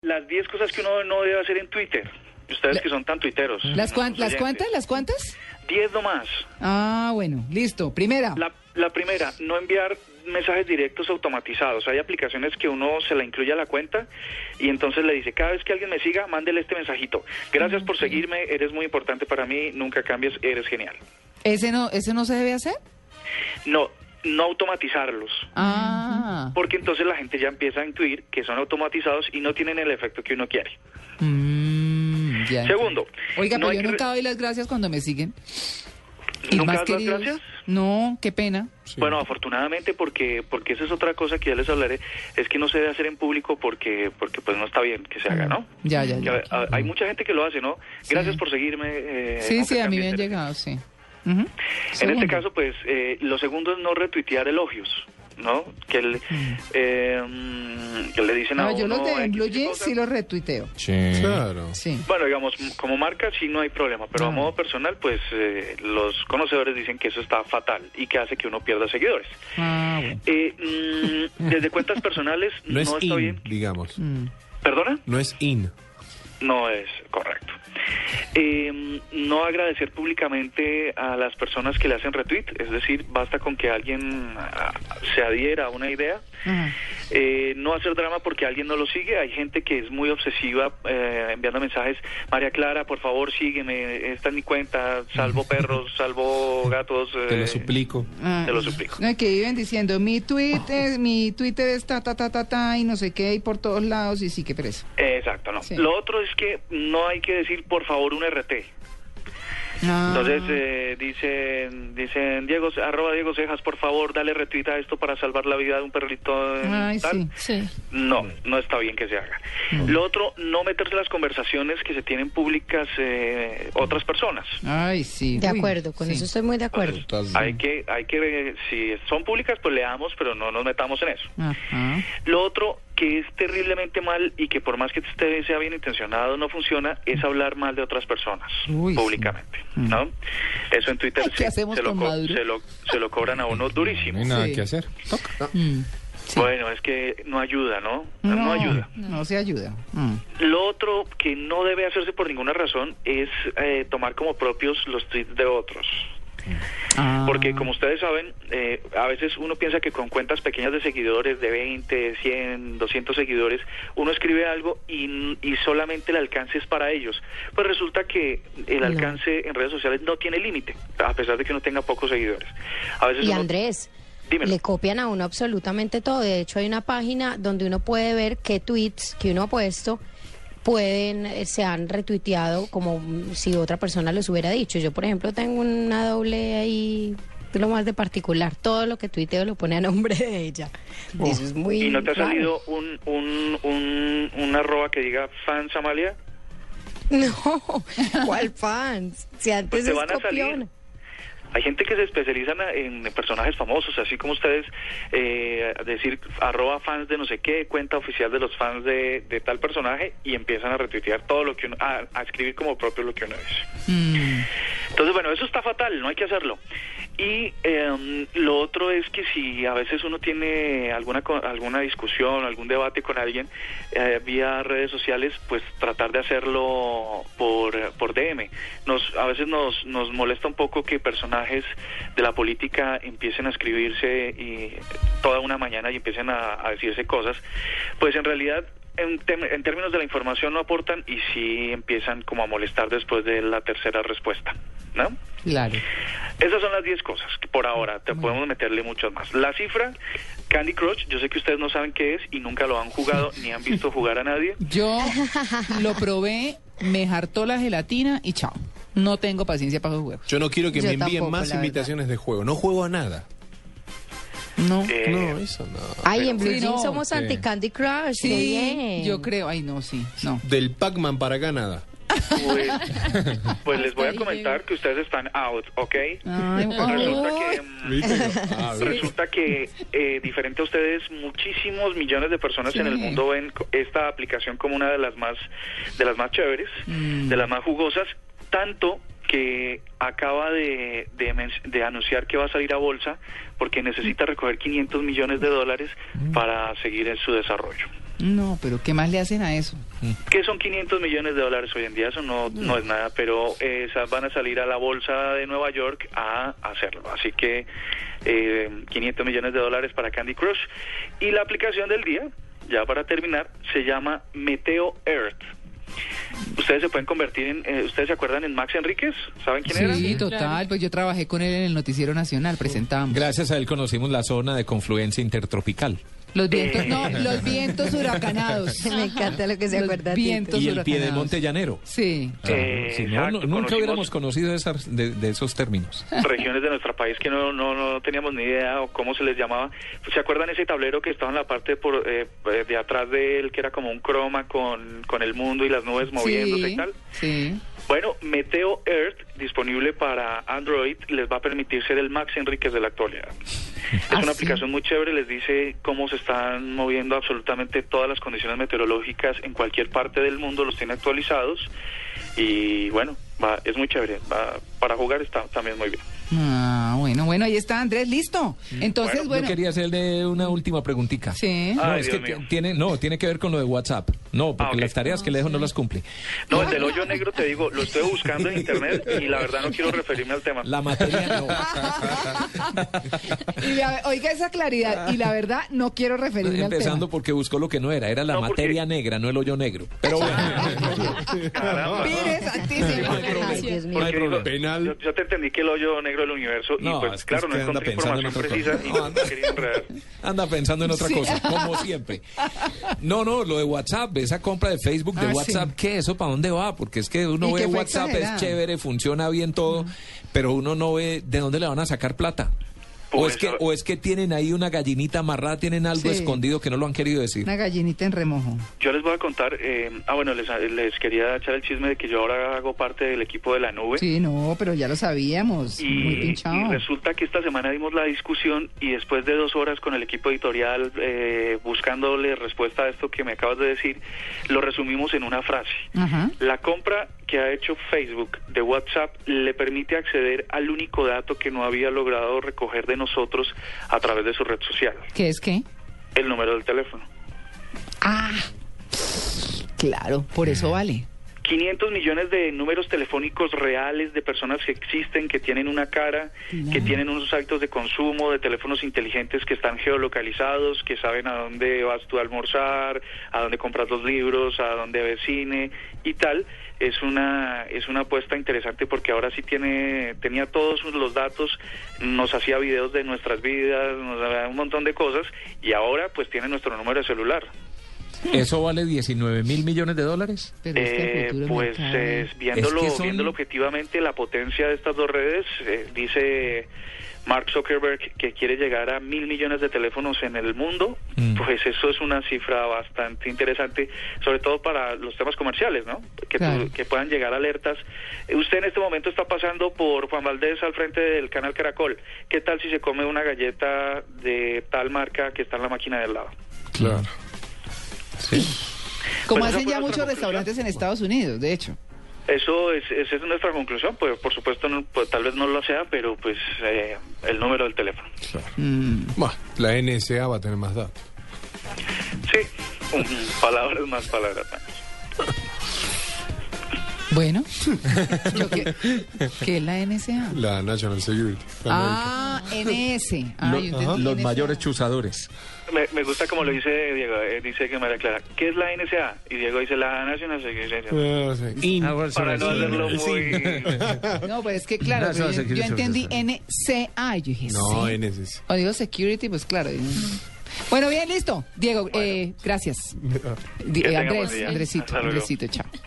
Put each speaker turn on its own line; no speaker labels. las 10 cosas que uno no debe hacer en Twitter. Ustedes que son tan tuiteros.
¿Las, cuan-
cuantas
¿Las cuántas? ¿Las cuántas?
10 nomás.
Ah, bueno, listo. Primera.
La, la primera, no enviar mensajes directos automatizados. Hay aplicaciones que uno se la incluye a la cuenta y entonces le dice, cada vez que alguien me siga, mándele este mensajito.
Ah,
Gracias por seguirme, eres muy importante para mí, nunca cambies, eres genial.
¿Ese no, ¿Ese no se debe hacer?
No, no automatizarlos.
Ah.
Porque entonces la gente ya empieza a intuir que son automatizados y no tienen el efecto que uno quiere.
Mm, ya.
Segundo,
Oiga,
no
pero
hay
yo
que re-
nunca doy las gracias cuando me siguen. Y
¿Nunca
más
das las
queridos.
gracias?
No, qué pena.
Bueno, afortunadamente porque porque esa es otra cosa que ya les hablaré, es que no se debe hacer en público porque porque pues no está bien que se eh, haga, ¿no?
Ya, ya,
Que
ya.
a- a- hay mucha gente que lo hace, ¿no? Gracias por seguirme. eh,
Sí,
aunque
sí, a mí me han
cambies de-
llegado, sí. Ujú.
En
Segundo.
este caso, pues, eh, lo segundo es no retuitear elogios, ¿no? Que, el, eh, mm, que le dicen a
No, yo
uno
los de
X
Blue Jeans
cosa.
sí los retuiteo.
Claro.
Sí.
Bueno, digamos, m- como marca sí no hay problema, pero a
Ah.
modo personal, pues eh, los conocedores dicen que eso está fatal y que hace que uno pierda seguidores.
Ah, bueno.
Eh, mm, desde cuentas personales
No
no,
es
está
in,
bien.
digamos.
Mm.
¿Perdona?
No es in.
No es correcto. Eh, no agradecer públicamente a las personas que le hacen retweet, es decir, basta con que alguien ah, se adhiera a una idea.
Ajá.
Eh, no hacer drama porque alguien no lo sigue. Hay gente que es muy obsesiva eh, enviando mensajes. María Clara, por favor, sígueme. Esta es mi cuenta. Salvo perros, salvo gatos.
Te lo
eh,
suplico.
Ah.
Te lo suplico.
No, que viven diciendo, mi tweet es, mi Twitter es ta, ta, ta, ta, ta, y no sé qué, y por todos lados, y sí, qué pereza.
Exacto, no.
Sí.
Lo otro es que no hay que decir, por favor, un RT.
Ah.
Entonces eh, dicen, dicen Diego, arroba Diego Cejas, por favor, dale retweet a esto para salvar la vida de un perrito. en
Ay,
eh, tal".
sí.
Sí.
No, no está bien que se haga. Lo otro, no meterse en las conversaciones que se tienen públicas eh, otras personas.
Ay, sí.
De
Uy,
acuerdo, con
sí.
eso estoy muy de acuerdo.
Hay que, hay que, eh, si son públicas, pues leamos, pero no nos metamos en eso.
Ajá.
Lo otro que es terriblemente mal y que por más que usted sea bien intencionado no funciona es hablar mal de otras personas
Uy, sí.
públicamente,
Mm.
¿no? Eso en Twitter
Ay, ¿qué
se,
hacemos
se lo
con
co-
Maduro?
se lo- se lo cobran a uno durísimo.
nada Sí. que hacer.
Ah.
Mm. Sí.
Bueno, es que no ayuda, ¿no? No, ayuda.
No, se ayuda. Mm.
Lo otro que no debe hacerse por ninguna razón es eh, tomar como propios los tweets de otros.
Ah.
Porque como ustedes saben, eh, a veces uno piensa que con cuentas pequeñas de seguidores, de 20, 100, 200 seguidores, uno escribe algo y, n- y solamente el alcance es para ellos. Pues resulta que el
No.
alcance en redes sociales no tiene límite, a pesar de que uno tenga pocos seguidores. A veces
Y
uno-
Andrés,
Dímelo.
le copian a uno absolutamente todo. De hecho, hay una página donde uno puede ver qué tweets que uno ha puesto pueden eh, se han retuiteado como mm, si otra persona los hubiera dicho. Yo, por ejemplo, tengo una doble ahí lo más de particular. Todo lo que tuiteo lo pone a nombre de ella.
Oh.
Eso es muy
¿Y no te ha
raro.
salido un, un, un, un arroba que diga fan Samalia?
No, ¿cuál fans? Si antes
Pues te
es
van a salir.
copión.
Hay gente que se especializa en en personajes famosos, así como ustedes, eh, decir arroba fans de no sé qué, cuenta oficial de los fans de, de tal personaje, y empiezan a retuitear todo lo que uno, a, a escribir como propio lo que uno dice.
Mm.
Entonces, bueno, eso está fatal, no hay que hacerlo. Y em, lo otro es que si a veces uno tiene alguna, co- alguna discusión, algún debate con alguien eh, vía redes sociales, pues tratar de hacerlo por, eh, por DM. Nos, a veces nos, nos molesta un poco que personajes de la política empiecen a escribirse y toda una mañana y empiecen a, a decirse cosas. Pues en realidad... En, tem- en términos de la información no aportan y sí empiezan como a molestar después de la tercera respuesta, ¿no?
Claro.
Esas son las 10 cosas que por ahora. Te
Muy
podemos meterle muchas más. La cifra, Candy Crush, yo sé que ustedes no saben qué es y nunca lo han jugado ni han visto jugar a nadie.
Yo lo probé, me hartó la gelatina y chao. No tengo paciencia para los juegos.
Yo no quiero que
Yo
me envíen
tampoco,
más
la
invitaciones de juego. No juego a nada.
No.
Eh,
No, eso no.
Ay, en Blue
Sí,
Jeans
no,
somos
sí.
anti Candy Crush.
Sí,
qué bien.
yo creo. Ay, no, sí. No.
Del Pac-Man para acá nada.
pues, pues les voy a
Hasta ahí
comentar que ustedes están out, ¿ok?
Ay,
Resulta
ay.
que... mm,
Ah,
Resulta que, eh, diferente a ustedes, muchísimos millones de personas
Sí.
en el mundo ven co- esta aplicación como una de las más, de las más chéveres,
Mm.
de las más jugosas, tanto que acaba de, de men- de anunciar que va a salir a
Mm.
bolsa porque necesita recoger 500 millones de dólares para seguir en su desarrollo.
No, pero ¿qué más le hacen a eso?
que son 500 millones de dólares hoy en día, eso no, no es nada, pero eh, sa- van a salir a la bolsa de Nueva York a hacerlo. Así que eh, 500 millones de dólares para Candy Crush. Y la aplicación del día, ya para terminar, se llama Meteo Earth. Ustedes se pueden convertir en, eh, ¿ustedes se acuerdan en Max Enríquez? ¿Saben quién era?
Sí, total, pues yo trabajé con él en el Noticiero Nacional, presentábamos.
Gracias a él conocimos la zona de confluencia intertropical.
Los vientos, no, los vientos huracanados.
Me encanta lo que se
Los
acuerda. Tito.
vientos
Y el
huracanados.
pie de Monte Llanero.
Sí.
Ah, si no,
Eh, Exacto,
no- nunca
conocimos-
hubiéramos conocido esas- de, de esos términos.
regiones de nuestro país que no, no, no teníamos ni idea o cómo se les llamaba. ¿Se acuerdan ese tablero que estaba en la parte por, eh, eh, de atrás de él, que era como un croma con, con el mundo y las
Pues
nubes moviéndose
sí,
y tal?
Sí.
Bueno, Meteo Earth, disponible para Android, les va a permitir ser el Max Enríquez de la actualidad. Es
Ah,
una
sí.
aplicación muy chévere, les dice cómo se están moviendo absolutamente todas las condiciones meteorológicas en cualquier parte del mundo, los tiene actualizados y bueno, va, es muy chévere, va- para jugar está también muy bien.
Ah, bueno, bueno, ahí está Andrés, listo. Entonces,
Yo
bueno,
quería hacerle una última preguntica.
Sí.
No,
Ay,
es
Dios
que
mío.
t- tiene, no, tiene que ver con lo de WhatsApp. No, porque
Ah, ok.
las tareas que le dejo no las cumple.
No, el del hoyo negro te digo, lo estoy buscando en internet y la verdad no quiero referirme al tema.
La materia no.
y la- oiga esa claridad y la verdad no quiero referirme
Empezando
al
porque buscó lo que no era, era la
No, porque-
materia negra, no el hoyo negro. Pero bueno,
Caramba.
tema. Mire, santísimo.
Ay, Dios mío.
no hay
Porque
problema.
Penal.
Yo, yo te entendí que el hoyo negro del universo y
No,
pues
es que
claro, no
usted anda
encontré
pensando en
información precisa
otra
y
cosa.
no te quería enredar.
anda pensando en otra
Sí.
cosa, como siempre. No, no, lo de WhatsApp, esa compra de Facebook, de
Ah, sí.
WhatsApp, ¿qué? ¿Eso para dónde va? Porque es que uno
Y
ve
que fue
WhatsApp,
exagerado.
es chévere, funciona bien todo, pero uno no ve de dónde le van a sacar plata. O
Por
es, que,
eso-
o es que tienen ahí una gallinita amarrada, tienen algo
Sí.
escondido que no lo han querido decir.
Una gallinita en remojo.
Yo les voy a contar, eh, ah bueno, les, les quería echar el chisme de que yo ahora hago parte del equipo de la nube.
Sí, no, pero ya lo sabíamos. muy
Y,
pinchado.
y resulta que esta semana dimos la discusión y después de dos horas con el equipo editorial eh, buscándole respuesta a esto que me acabas de decir, lo resumimos en una frase.
Ajá.
La compra que ha hecho Facebook de WhatsApp le permite acceder al único dato que no había logrado recoger de nosotros a través de su red social,
¿Qué es qué?
el número del teléfono.
Ah, claro, por eso
Eh,
vale.
500 millones de números telefónicos reales de personas que existen, que tienen una cara, que
Claro.
tienen unos actos de consumo, de teléfonos inteligentes que están geolocalizados, que saben a dónde vas tú a almorzar, a dónde compras los libros, a dónde ves cine y tal. Es una es una apuesta interesante porque ahora sí tiene tenía todos los datos, nos hacía videos de nuestras vidas, nos daba un montón de cosas y ahora pues tiene nuestro número de celular.
¿Eso vale 19 mil millones de dólares?
Pero es que el
Eh,
futuro
pues
mercado-
eh, viéndolo,
Es que son-
viéndolo objetivamente, la potencia de estas dos redes, eh, dice Mark Zuckerberg que quiere llegar a mil millones de teléfonos en el mundo,
Mm.
pues eso es una cifra bastante interesante, sobre todo para los temas comerciales, ¿no? Que, tú-
Claro.
que puedan llegar alertas. Eh, Usted en este momento está pasando por Juan Valdés al frente del canal Caracol. ¿Qué tal si se come una galleta de tal marca que está en la máquina del lado?
Claro.
pues, esa fue
Como hacen ya
nuestra
muchos
conclusión.
restaurantes en Estados Unidos, de hecho.
Eso es, esa es nuestra conclusión, pues por supuesto no- pues, tal vez no lo sea, pero pues eh, el número del teléfono.
Mm.
Bueno, la NSA va a tener más datos.
Sí, mm, palabras más, palabras menos.
Bueno, Yo que- ¿qué es la NSA?
La National Security. la
Ah, NS. Ah, yo entendí
Los
NSA.
mayores chuzadores.
Me, me gusta como lo dice Diego, eh, dice que María Clara, ¿qué es la NSA? Y Diego dice la National Security.
América. Ah, sí.
Para no hacerlo muy...
No, pues es que claro,
No,
pero
eso
yo,
es security
yo entendí
service.
NCA. Yo dije,
No, eh.
sí.
NSA.
O digo security, pues claro. y- Bueno, bien, listo. Diego, eh, gracias. Di- eh,
tenga buen
Andrés,
día.
Andresito,
Hasta luego.
Andresito, chao.